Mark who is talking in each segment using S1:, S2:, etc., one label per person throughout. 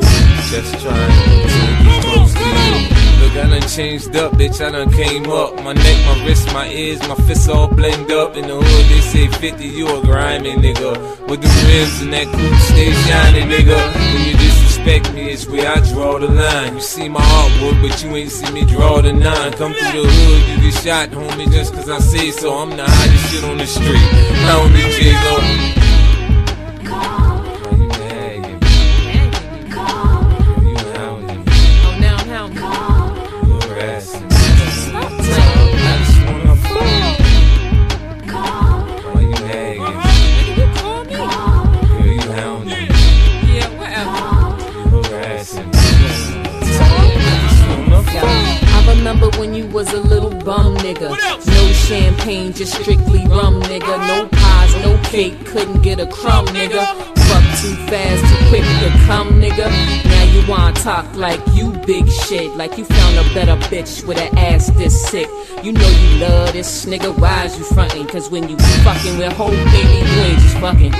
S1: that's trying to get close to you. Look, I done changed up, bitch, I done came up. My neck, my wrist, my ears, my fists all blamed up. In the hood, they say 50, you a grimy nigga. With them rims and that coupe, stay shiny, nigga. When you disrespect me, it's where I draw the line. You see my artwork, but you ain't see me draw the nine. Come through the hood, you get shot, homie, just cause I say so. I'm the hottest shit on the street. I don't be J-Lo. Yo, you nagging. Yo, you hounding.
S2: Oh, now I'm hounding.
S1: You harassing. I just wanna fuck. Yo, you nagging. Yo, you hounding.
S2: Yeah, whatever.
S1: You harassing. I just wanna fuck.
S3: I remember when you was a little bum nigga. No champagne, just strictly rum nigga. No pies, no cake, couldn't get a crumb nigga. Fuck too fast, too quick to come nigga. Now you wanna talk like you big shit, like you found a better bitch with an ass this sick. You know you love this nigga, why is you frontin'? Cause when you fucking with whole baby, you ain't just fucking.
S1: Yo,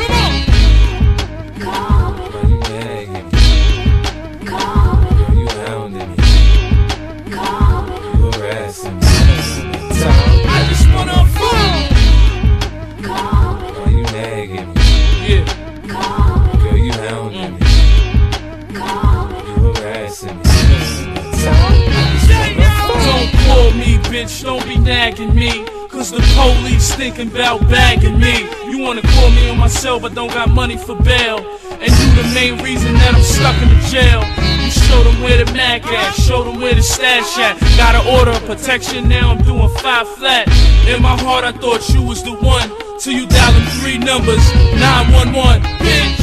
S1: you nagging. Yo, you hounding. You harassing. I just wanna fuck. Yo, you nagging.
S2: Yeah.
S1: Girl, you hounding me. You harassing me.
S4: Don't call me, bitch, don't be nagging me. Cause the police thinking about bagging me. You wanna call me on my cell, but don't got money for bail. And you the main reason that I'm stuck in the jail. You show them where the Mac at, show them where the stash at. Got an order of protection, now I'm doing five flat. In my heart, I thought you was the one. Till you dialing three numbers, 911, bitch.